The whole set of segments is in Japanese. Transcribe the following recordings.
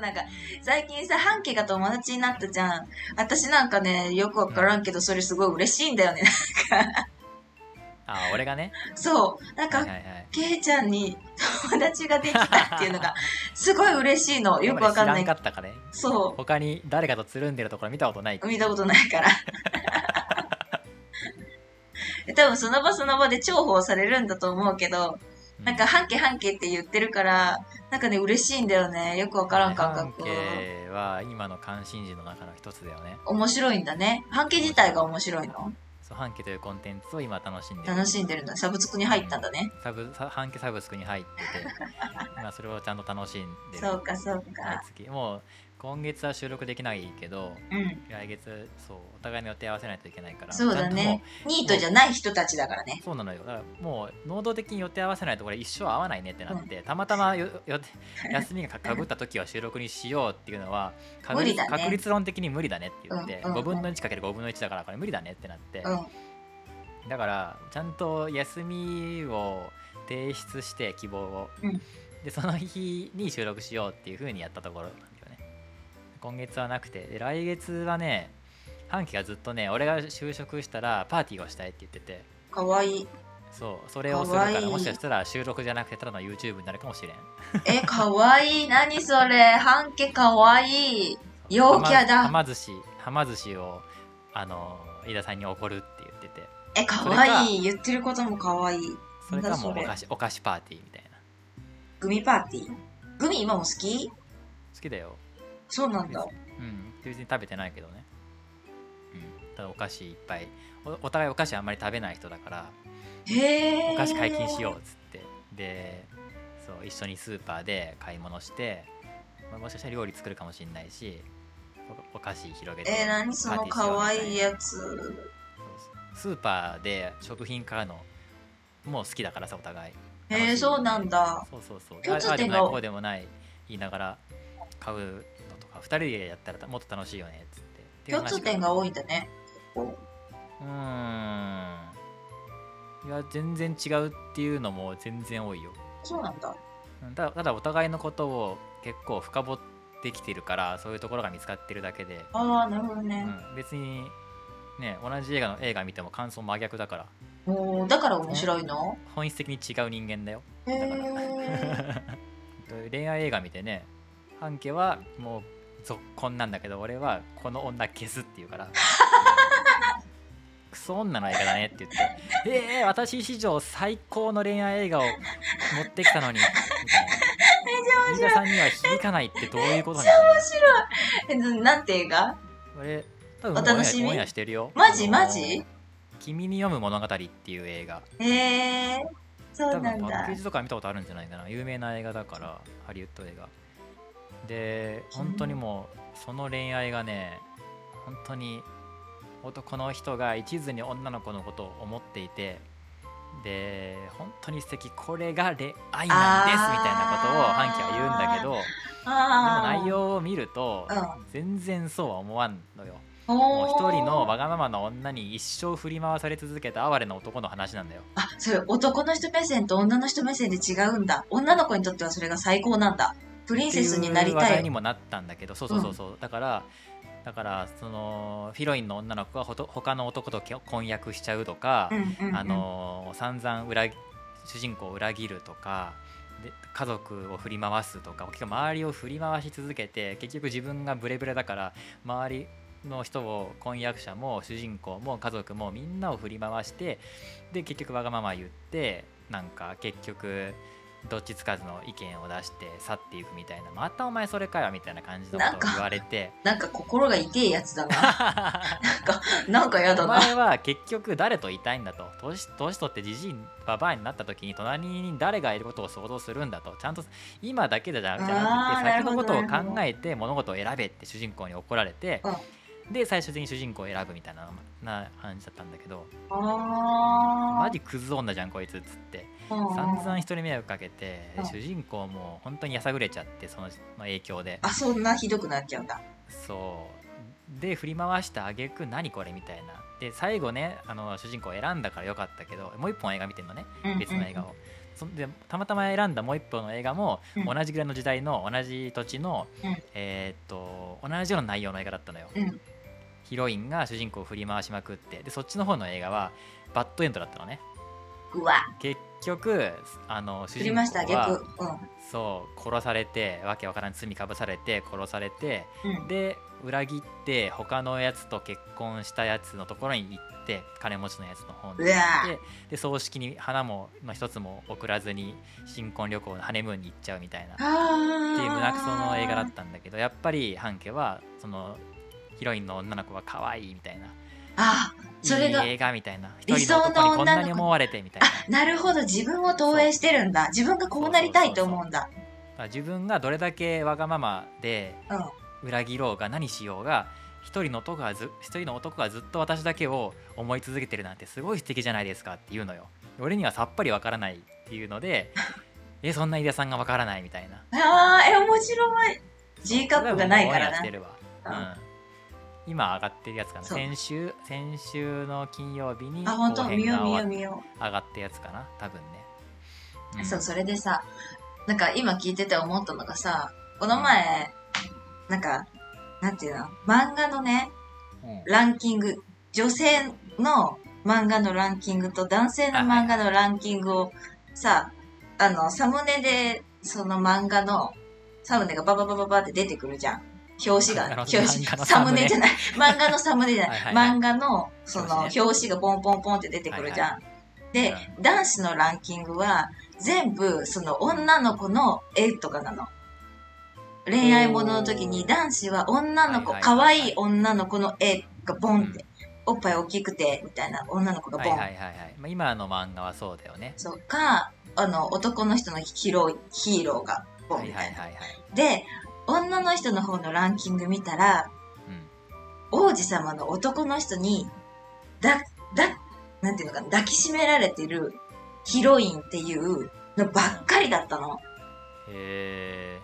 なんか、最近さ、半径が友達になったじゃん。私なんかね、よくわからんけど、それすごい嬉しいんだよね。 あ俺がねそう。なんはいかは、いはいけいちゃんに友達ができたっていうの が、すごい嬉しいの。よくわかんなやっぱり知いら。んかったかねそ他に誰かとつるんでるところ見たことないってう。いう見たことないから。 多分その場その場で重宝されるんだと思うけど、うなんか半径半径って言ってるから、なんかね、嬉しいんだよね。よくわからん感覚。半径は今の関心事の中の一つだよね面白いんだね。半径自体が面白いのそう半径というコンテンツを今楽しんでる楽しんでるんだ。サブスクに入ったんだね。サブサ半径サブスクに入っ てて今それをちゃんと楽しんでるそうか、そう毎か。月もう今月は収録できないけどうん。来月そうお互いの予定合わせないといけないからそうだちゃんともね。ニートじゃない人たちだからね。そうなのよだからもう能動的に予定合わせないとこれ一生合わないねってなって、たまたまよよ休みがかかぶった時は収録にしようっていうのは確無理率だね確率論的に無理だねって言っうて、んうんうん5分の 1×5 分の1だからこれ無理だねってなって、うん。だからちゃんと休みを提出して希望を、うんでその日に収録しようっていうふうにやったところなんだよね今月はなくてで来月はね半期がずっとね俺が就職したらパーティーをしたいって言っててかわいい。そうそれをするかかわらいいもしかしたら収録じゃなくてただの YouTube になるかもしれんえ、かわいい。 何それ。半径かわいい。陽キャはだ。ま寿司はま寿司をあの飯田さんに怒るって言っててえ、かわいい。言ってることもかわいい。それかもなうんだそれお菓子お菓子パーティーみたいなグミパーティー。グミ今も好き好きだよそうなんだ。うん、別に食べてないけどね。うん、ただお菓子いっぱいお。お互いお菓子あんまり食べない人だから、へー。お菓子解禁しようっつって。で、そう、一緒にスーパーで買い物して、まあもしかしたら料理作るかもしれないし、おお菓子広げて。えー、何そのかわいいやつ。パーティーしようみたいなそうスーパーで食品買うの、もう好きだからさ、お互い。へー楽しいそうなんだ。そうそうそう。あ共あ通で点もがない、こうでもない言いながら買うのとか、二人でやったらもっと楽しいよねっつって。っていう共話通点が多いんだね。うーんいや全然違うっていうのも全然多いよそうなんだ。うんただただお互いのことを結構深掘ってきてるからそういうところが見つかってるだけで、ああ、なるほどうね。ん、別にね同じ映画の映画見ても感想真逆だからおーだから面白いの本質的に違う人間だよへだ からえ恋愛映画見てね半家はもう続婚なんだけど俺はこの女消すって言う からクソ女の映画だねって言って「ええ私史上最高の恋愛映画を持ってきたのに」みたいな飯田さんには響かないってどういうことなんだろうえななんて映画俺多分お楽しみオンエアしてるよマジマジ君に読む物語っていう映画へえそ多うな分んパッだケージとか見たことあるんじゃないかな有名な映画だからハリウッド映画で本当にもうその恋愛がね本当に男の人が一途に女の子のことを思っていてで本当に素敵これが恋愛なんですみたいなことをあー半キは言うんだけどでもああ内容を見るとうん全然そうは思わんのよももう一人のわがままの女に一生振り回され続けた哀れな男の話なんだよあそれ男の人目線と女の人目線で違うんだ女の子にとってはそれが最高なんだプリンセスになりっていう話た題にいもなったんだけどそうそうそうそう、だからだからそのヒロインの女の子がほと他の男とけ婚約しちゃうとか、うんうんうんあの散々裏切主人公を裏切るとかで家族を振り回すとか結局周りを振り回し続けて結局自分がブレブレだから周りの人を婚約者も主人公も家族もみんなを振り回してで結局わがまま言ってなんか結局どっちつかずの意見を出して去っていくみたいなまたお前それかよみたいな感じのこなんとをか言われてなんか心が痛いやつだ ななんかやだおな前は結局誰といたいんだと年年取ってじじいババアになった時に隣に誰がいることを想像するんだとちゃんと今だけじゃなくてあーな先るほのどことを考なえて物事を選べって主人公に怒られてで最終的に主人公を選ぶみたいなな感じだったんだけどあマジクズ女じゃんこいつっつってーうんうん散々人に迷惑かけてうん主人公も本当にやさぐれちゃってそのの影響であそんなひどくなっちゃうんだそうで振り回した挙句何これみたいなで最後ねあの主人公を選んだからよかったけどもう一本映画見てんのねうんうん別の映画を。そんでたまたま選んだもう一本の映画もうん同じぐらいの時代の同じ土地の、うんえーっと同じような内容の映画だったのよ、うんヒロインが主人公を振り回しまくってでそっちの方の映画はバッドエンドだったのねうわ結局あの主振り人ました公は逆うそう殺されてわけわからん罪かぶされて殺されてんうんで裏切って他のやつと結婚したやつのところに行って金持ちのやつの方うにわでで葬式に花も、まあ、一つも送らずに新婚旅行のハネムーンに行っちゃうみたいなってあいう胸くその映画だっったんだけどやっぱり半家はそのヒロインの女の子が可愛いみたいなあそれがいい映画みたいな一理人想のの男にこんな女のに子思われてみたいなあなるほど自分を投影してるんだ自分がこうなりたいと思うんだだから自分がどれだけわがままで裏切ろうが何しようが一人の男がず一人の男がずっと私だけを思い続けてるなんてすごい素敵じゃないですかって言うのよ俺にはさっぱりわからないっていう のでえそんな井田さんがわからないみたいなあーえ面白い G カップがないからオンエアしなてるわ、うん、今上がってるやつかなそう先週先週の金曜日にあ本当後見編よがう見よう上見よがってやつかな多分ね、うそうそれれでさなんか今聞いてて思ったのがさこの前なんかなんていうの漫画のねランキング女性の漫画のランキングと男性の漫画のランキングをさあのサムネでその漫画のサムネがバババババって出てくるじゃん表紙があの表紙漫画のサムネじゃない漫画のサムネじゃないはいはいはい漫画のその表表紙がポンポンポンって出てくるじゃん、で、男子のランキングは全部その女の子の絵とかなの恋愛ものの時におー男子は女の子はいはい可はいはい愛い女の子の絵がボンって、おっぱい大きくてみたいな女の子がはいボン、はいはいはい、まあ、今の漫画はそうだよねそうかあの男の人のヒーローヒーローがボンはいみはたいいな、はいはい、で女の人の方のランキング見たらうん、王子様の男の人にだだなんていうのかな抱きしめられてるヒロインっていうのばっかりだったのへえ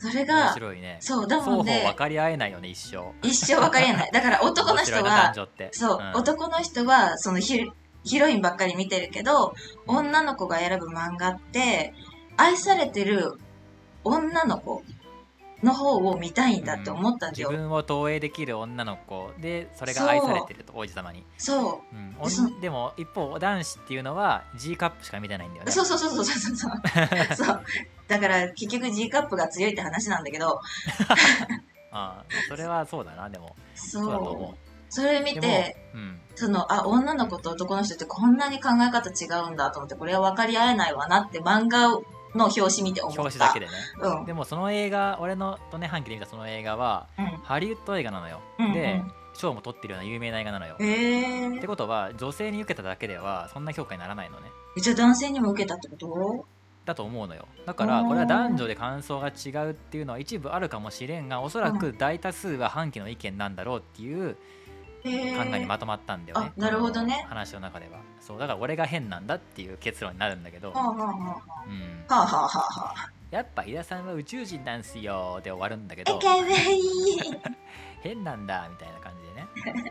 それ面が白いねそうだもん双方で分かり合えないよね一生一生分かり合えないだから男の面人白いなは男女ってそう、ん男の人はそのヒヒロインばっかり見てるけどうん女の子が選ぶ漫画って愛されてる女の子の方を見たいんだって思ったんです自よ、分を投影できる女の子でそれが愛されてると王子様に、そうん、でそのおんでも一方男子っていうのは G カップしか見てないんだようねそうそうそうそうそうそうそうだから結局 G カップが強いって話なんだけどああそれはそうだなでもそうそうだと思それう見でても、うん、そのあ女の子と男の人ってこんなに考え方違うんだと思ってこれは分かり合えないわなって漫画の表紙見て思った表紙だけでねうんでもその映画俺のとね半期で見たその映画はうんハリウッド映画なのよ、うんうんで賞も取ってるような有名な映画なのよ、へってーことは女性に受けただけではそんな評価にならないのねえじゃあ男性にも受けたってことだと思うのよだからおーこれは男女で感想が違うっていうのは一部あるかもしれんがおそらく大多数は半旗の意見なんだろうっていうへ考ええにまとまったんだよねあ、なるほどね話の中ではそうだから俺が変なんだっていう結論になるんだけどは、あはあはうん、あはあはあはあはあやっぱ井田さんは宇宙人なんすよで終わるんだけえどかわい い変なんだみたいな感じでね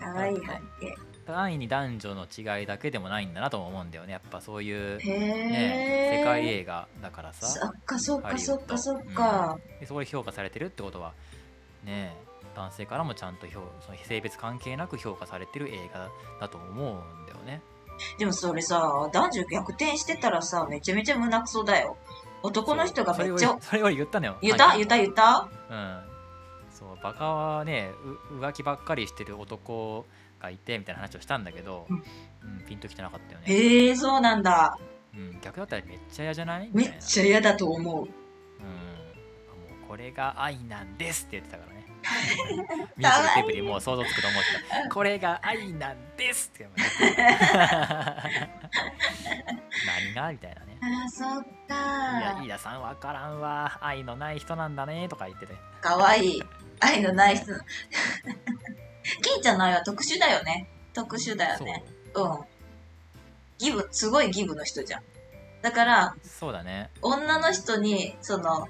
かわいい半径安易に男女の違いだけでもないんだなとも思うんだよねやっぱそういう、へえ、ね、世界映画だからさそっかそっハかリウそッっドかそっか、でそこで評価されてるってことはねえ男性からもちゃんと評その性別関係なく評価されてる映画だと思うんだよねでもそれさ男女逆転してたらさめちゃめちゃ胸くそだよ男の人がめっちそうゃそれを言それを言ったのよ言ったはい言った言ったうんそうバカはねう浮気ばっかりしてる男がいてみたいな話をしたんだけど、ううんんピンときてなかったよね、へえそうなんだうん、逆だったらめっちゃ嫌じゃないみめたいなっちゃ嫌だと思ううん、もうこれが愛なんですって言ってたからね。 ミュージックテープにもう想像つくと思ってた。これが愛なんですって言って た何がみたいなね。あーそっいや、か飯田さんわからんわ。愛のない人なんだねとか言ってて。かわいい愛のない 人金ちゃんの愛は特殊だよね特殊だよそうねうん。ギブ、すごいギブの人じゃん。だから、そうだね。女の人に、その、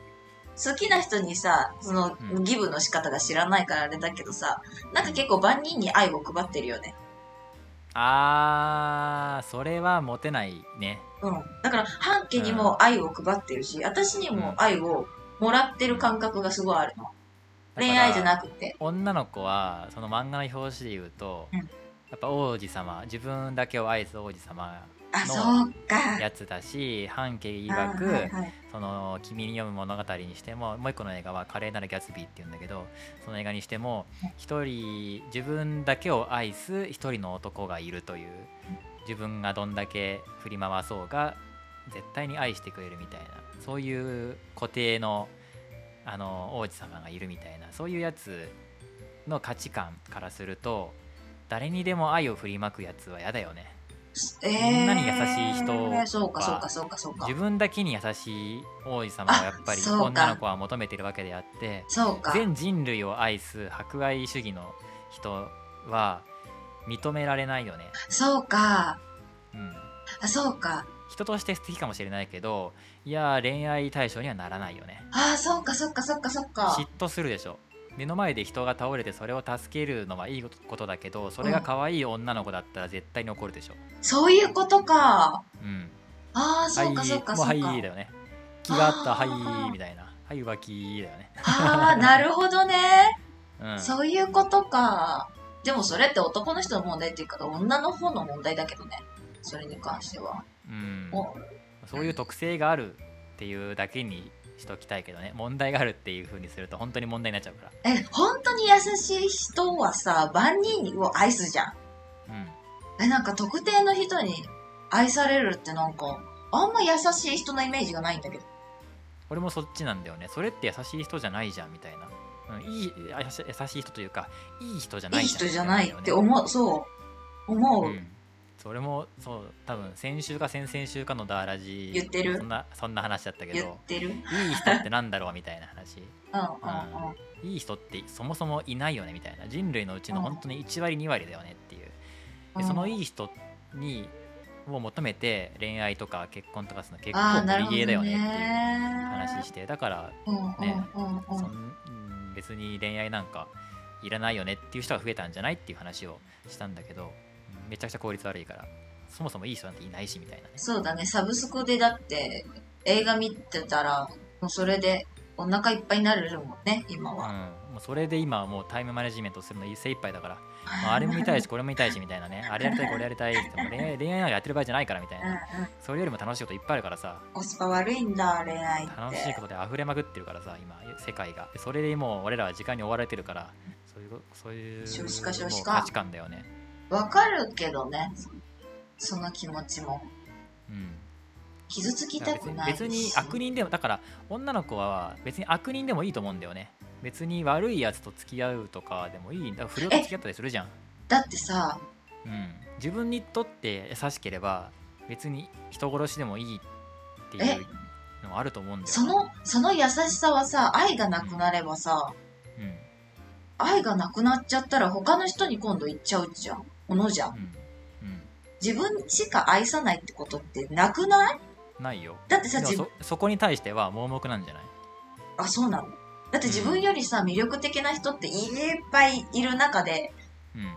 好きな人にさ、そのうんギブの仕方が知らないからあれだけどさ、なんか結構万人に愛を配ってるよね。あーそれはモテないねうん。だから、半家にも愛を配ってるし、私にも愛をもらってる感覚がすごいあるの。だから恋愛じゃなくて。女の子はその漫画の表紙で言うと、うんやっぱ王子様自分だけを愛す王子様あ、のそうか。やつだし半径い曰く、はいはい、その「君に読む物語」にしてももう一個の映画は「華麗なるギャツビー」っていうんだけどその映画にしてもうん一人自分だけを愛す一人の男がいるという自分がどんだけ振り回そうが絶対に愛してくれるみたいなそういう固定のあの王子様がいるみたいなそういうやつの価値観からすると誰にでも愛を振りまくやつは嫌だよね。えみんなに優しい人はそうかそうかそうかそうか自。分だけに優しい王子様をやっぱりあそうか女の子は求めてるわけであってそうか。全人類を愛す博愛主義の人は認められないよね、そうか。うん、あ、そうか。人として素敵かもしれないけどいやー恋愛対象にはならないよねあ、そうかそうかそうかそう嫉か。妬するでしょ目の前で人が倒れてそれを助けるのはいいことだけどそれが可愛い女の子だったら絶対に怒るでしょ、そういうことか。うん、あー、そうかはいそうかもそううはいかだ。よね気があったあはーいみたいなはい浮気だよね、あー、なるほどね。うん、そういうことか。でもそれって男の人の問題っていうか、女の方の問題だけどね。それに関しては。うんおそういう特性があるっていうだけにしときたいけどね問題があるっていう風にすると本当に問題になっちゃうかえ、本当に優しい人はさ、万人を愛すじゃん。ら、うん、え、なんか特定の人に愛されるってなんか、あんま優しい人のイメージがないんだけど。俺もそっちなんだよねそれって優しい人じゃないじゃんみたいな、うん、いいあ優し優しい人というかいい人じゃないいい人じゃないってう、思う、そう。思う。うん、それもそう多分先週か先々週かのダーラジ言ってるそんなそんな話だったけ言どってるうんうんいい人ってなんだろうみたいな話うんうん。いい人ってそもそもいないよねみたいな人類のうちの本当に1割2割だよねっていううでんそのいい人にを求めて恋愛とか結婚とかするの結あ構ーなるほ無ど理ゲーだよねっていう話ねしてだからうんうんねうんそうんんうん別に恋愛なんかいらないよねっていう人が増えたんじゃないっていう話をしたんだけどうんめちゃくちゃ効率悪いからそもそもいい人なんていないしみたいなねそうだね、サブスクでだって映画見てたら、もうそれでお腹いっぱいになるもんね、今は。うん、もうそれで今はもうタイムマネジメントするの精一杯だから、まあ、あれも見たいしこれも見たいしみたいなねあれやりたいこれやりたいってもう恋愛恋愛なんかやってる場合じゃないからみたいうんうんな、それよりも楽しいこといっぱいあるからさ コスパ悪いんだ、恋愛って。楽しいことで溢れまくってるからさ今世界がでそれでもう俺らは時間に追われてるからそういうこそういう少子化少子化もう価値観だよねわかるけどね、その気持ちも。うん傷つきたくないし。別に別に悪人でもだから女の子は別に悪人でもいいと思うんだよね別に悪いやつと付き合うとかでもいいだから不良と付き合ったりするじゃん、だってさ、うん、自分にとって優しければ別に人殺しでもいいっていえうのもあると思うんだよその、その優しさはさ、愛がなくなればさ、うん愛がなくなっちゃったら他の人に今度行っちゃうじゃん。ものじゃん。うん自分しか愛さないってことってなくないうんないよだってでさ、も自分そそこに対しては盲目なんじゃないあ、そうなのだって自分よりさ、魅力的な人っていっぱいいる中で、うん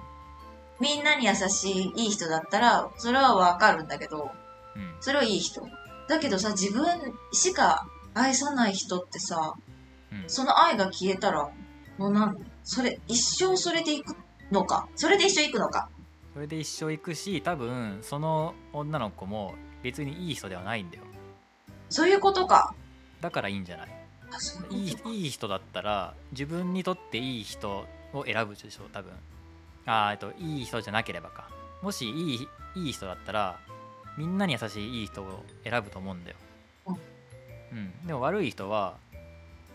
みんなに優しい、いい人だったら、それはわかるんだけど、うんそれはいい人。だけどさ、自分しか愛さない人ってさ、うんその愛が消えたら、もうなん、それ、一生それで行くのか。それで一生行くのか。それで一生行くし多分その女の子も別にいい人ではないんだよそういうことか。だからいいんじゃないあ、そういういいことか。いい人だったら自分にとっていい人を選ぶでしょ多分あーえっといい人じゃなければかもしいいいい人だったらみんなに優しいいい人を選ぶと思うんだようんでも悪い人は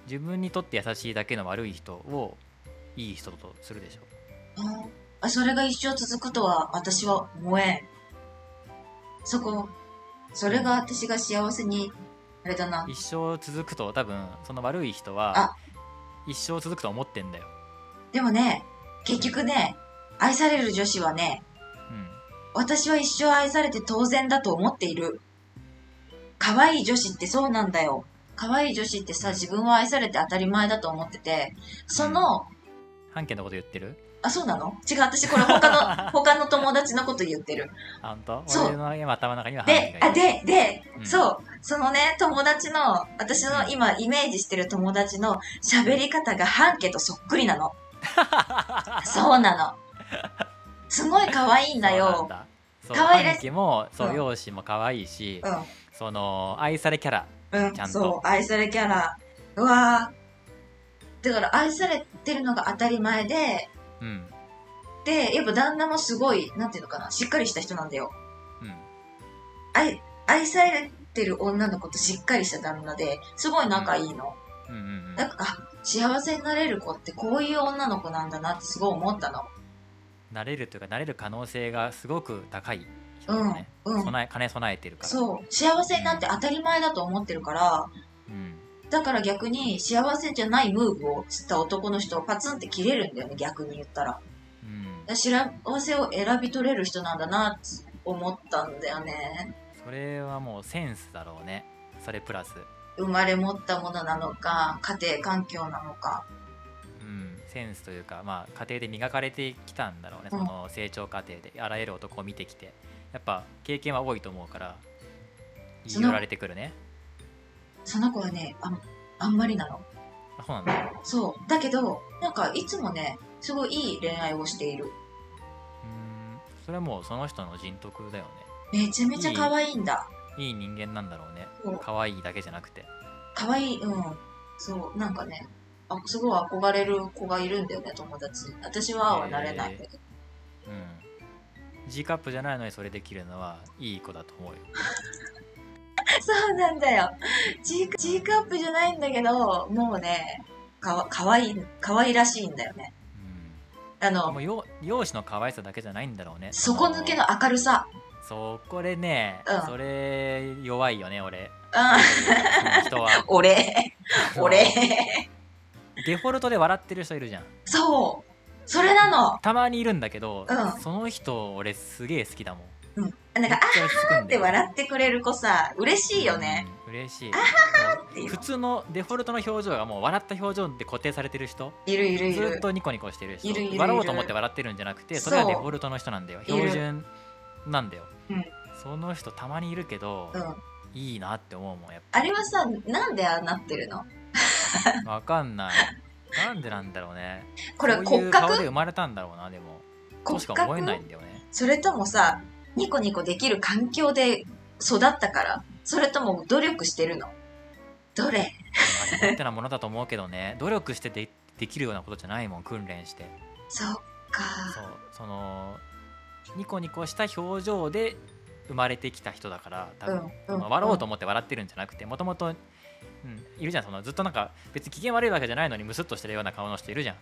自分にとって優しいだけの悪い人をいい人とするでしょああ、それが一生続くとは、私は思えん。そこ、それが私が幸せに、あれだな。一生続くと多分その悪い人あは一生続くと思ってんだよでもね、結局ね、愛される女子はね、うん私は一生愛されて当然だと思っている。可愛い女子ってそうなんだよ。可愛い女子ってさ、自分を愛されて当たり前だと思ってて、その、半径のこと言ってるあ、そうなの違う、私これ他の、他の友達のこと言ってる。あ本当そう俺の今頭の中には半径で、がいあ、で、るで、うんそう、そのね、友達の、私の今イメージしてる友達の喋り方が半家とそっくりな の。そうなの。すごい可愛いんだそうなんよ。だそう可愛らしい半径もそううん容姿も可愛いし、うん。その愛されキャラうん、ちゃんとそう、愛されキャラ。うわーだから愛されてるのが当たり前で、うんで、やっぱ旦那もすごい、なんていうのかな、しっかりした人なんだよ。うん愛、愛されてる女の子としっかりした旦那で、すごい仲いいの。うんうんうなんんか、あ、幸せになれる子ってこういう女の子なんだなってすごい思ったの。なれるというかなれる可能性がすごく高い人だね、うんうん備え兼ね備えてるからそう、幸せになって当たり前だと思ってるから、うん、だから逆に幸せじゃないムーブをつった男の人をパツンって切れるんだよね、逆に言ったら。うん、幸せを選び取れる人なんだなって思ったんだよねそれはもうセンスだろうねそれプラス、生まれ持ったものなのか家庭環境なのかうん、センスというか、まあ、家庭で磨かれてきたんだろうね、うんその成長過程であらゆる男を見てきてやっぱ経験は多いと思うからそ言いの寄られてくるねその子はねあんあんまりなのあそうなんだそうだけどなんかいつもねすごいいい恋愛をしているうんそれはもうその人の人徳だよめちゃめちゃ可愛いんだねいい人間なんだろうねそう可愛いだけじゃなくて可愛いうんそうなんかねあすごい憧れる子がいるんだよね友達私はああはなれないんだけど、うん G カップじゃないのにそれできるのはいい子だと思うよ そうなんだよ G, G カップじゃないんだけどもうねかわ可愛い可愛らしいんだよねうんあもの、うよ容姿の可愛さだけじゃないんだろうね底抜けの明るさ。 そうこれね、うんそれ弱いよね 俺うん、その人は俺、 俺。 デフォルトで笑ってる人いるじゃんそう。それなの。たまにいるんだけど、うんその人俺すげえ好きだもんなんか、ああーって笑ってくれる子さ、嬉しいよね。、うん嬉しいっていう普通のデフォルトの表情がもう笑った表情で固定されてる人いるいるいずるっ。とニコニコしてる人いるいるいる笑おうと思って笑ってるんじゃなくてそれはそうデフォルトの人なんだよいる標準なんだよ、うんその人たまにいるけど、うん。いいなって思うもんやっあれはさ、なんでああなってるのぱわかんないなんでなんだろうね これそうい骨う顔格で生まれたんだろうなでもこう骨しか思えない格んだよねそれともさ、ニコニコできる環境で育ったからそれとも努力してるのどれまあ、勝手なものだと思うけどね努力してでできるようなことじゃないもん訓練してそっそか。うそのニコニコした表情で生まれてきた人だから多分、うんうんまあ笑おうと思って笑ってるんじゃなくてもともといるじゃんそのずっとなんか別に機嫌悪いわけじゃないのにムスッとしてるような顔の人いるじゃん、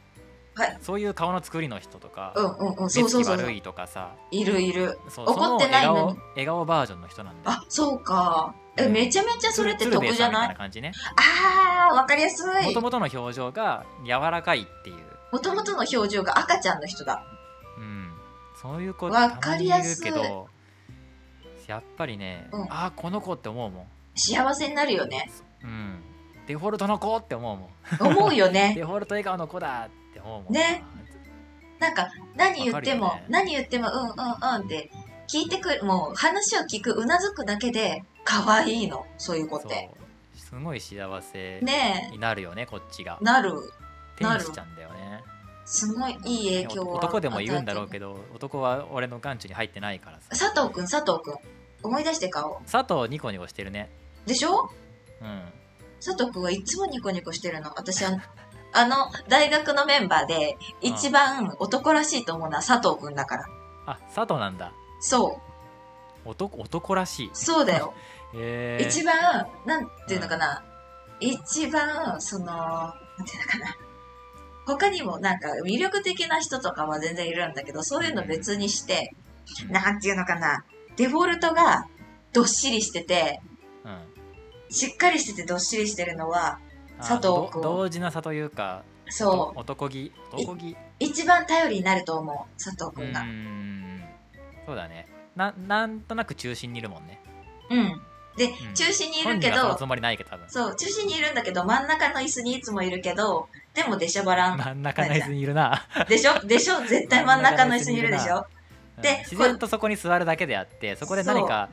はいそういう顔の作りの人とか、うんうんうん。目そうつそうきそう。悪いとかさいるいる。そう怒ってないそののに笑顔笑顔バージョンの人なんであ、そうか。え、めちゃめちゃそれって得じゃないみたいな感じねあー、わかりやすもいと。もとの表情が柔らかいっていう、もともとの表情が赤ちゃんの人だ。うん、そういう子わたまかにりいやるすいけどやっぱりね、うんああこの子って思うもん幸せになるよね。うん、デフォルトの子って思うもん。思うよね。デフォルト笑顔の子だって思うもん。ね。なんか、何言っても、わかるよね何言っても、うんうんうんって、聞いてくる、もう話を聞く、うなずくだけで、可愛いの。そういう子っそうて。。すごい幸せねになるよね、こっちがえ、。なる。な天る使ちゃんだよね。すごいいい影響を。男でもいるんだろうど。けど、男は俺の眼中に入ってないからさ。佐藤くん、佐藤くん。思い出して顔。佐藤ニコニコしてるね。でしょうん。佐藤くんはいつもニコニコしてるの。私 は、あの、大学のメンバーで、一番男らしいと思うのは佐藤くんだから。あ、佐藤なんだ。そう。男男らしい。そうだよ。えー、一番、なんていうのかな、一番、その、なんていうのかな、他にもなんか魅力的な人とかは全然いるんだけど、そういうの別にして、うんなんていうのかな、デフォルトがどっしりしてて、うんあしっかりしててどっしりしてるのは、佐藤ど君同時な差というか、そ男気。男気。う、一番頼りになると思う、佐藤うくんが。ん。そうだね。ななんとなく中心にいるもんね。うん。でう、ん中心にいるけ本人はそのどつ、もりないけど多分そう、中心にいるんだけど、真ん中の椅子にいつもいるけど、でも出しゃば らん。真ん中の椅子にいるなでしょでしょ絶対真ん中の椅子にいるでしょでうん自然とそこに座るだけであってそこで何か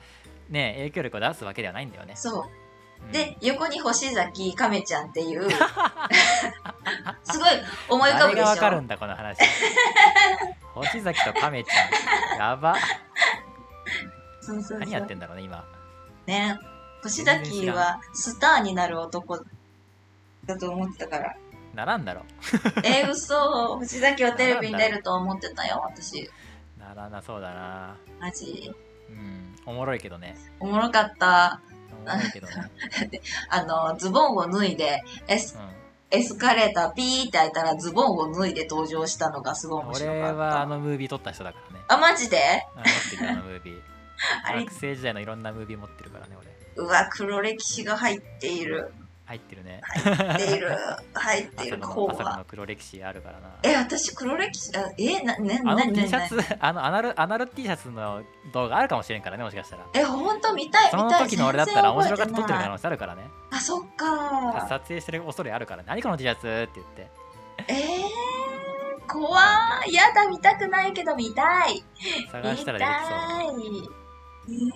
ね影響力を出すわけではないんだよね、そう。うんで、横に星崎亀ちゃんって いう、すごい思い浮かぶ誰でしがわかるょんだこ の話星崎と亀ちゃんやばそうそうそう何やってんだろうね今ね。星崎はスターになる男だと思ってた から。ならんだろえ、嘘。星崎はテレビに出ると思ってたよ、私。うならなそうだなマジ。うんおもろいけどねおもろかった。おもろいけどね、あの、ズボンを脱いで、エスエスカレーターピーって開いたらズボンを脱いで登場したのがすうごいん、面白俺かった。はあのムービー撮った人だからねあ、マジでうん持ってるあのムービー あれ学生時代のいろんなムービー持ってるからね俺うわ、黒歴史が入っている。入ってるね入ってい る。入ってい朝るの方朝が。の黒歴史あるからなえ、私黒歴史、あえ、な、ね、あな、な、のな T シャツあのアナルアナル T シャツの動画あるかもしれんからねもしかしたらえ、ほんと見たい、そ見のたい。時の俺だったら面白かった撮全って然覚える可能性あるからねてないあ、そっか。撮影してる恐れあるから、何この T シャツって言ってえー、怖い。やだ、見たくないけど見たい。探見したたい。らえ出てきそうー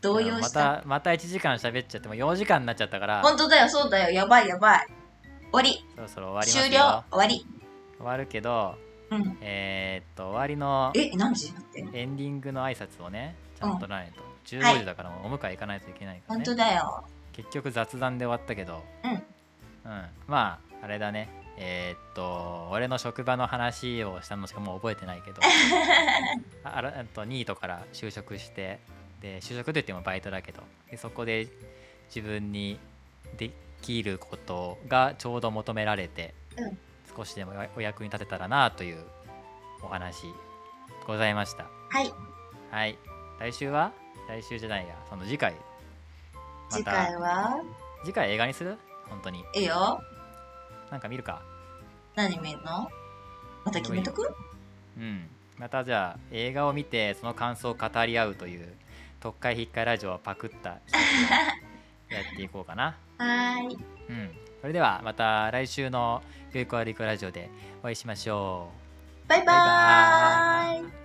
動揺しうんた。またまた1時間喋っちゃってもう4時間になっちゃったからほんとだよ、そうだよ。やばい、やばい。終わり。そろそろ終わりますよ終了。終わり。終わるけどうん。えー、っと終わりのえ、何時待って。エンディングの挨拶をねちゃんとらないと、はい15時だからもうお迎え行かないといけないかほらんねとだよ。結局雑談で終わったけどうんうんまああれだねえーっと俺の職場の話をしたのしかもう覚えてない けどああらえっとニートから就職してで就職といってもバイトだけどでそこで自分にできることがちょうど求められて、うん少しでもおお役に立てたらなというお話ございましたはい。はい来週は来週じゃないやその次回また次回は、次回映画にする本当にいいよ。なんか見るか何見んのまた決めとくうんまたじゃあ映画を見てその感想を語り合うという特会引っかいラジオをパクった一つをやっていこうかなはーい。うんそれではまた来週の「教育悪い子ラジオ」でお会いしましょうバイバーイ。イ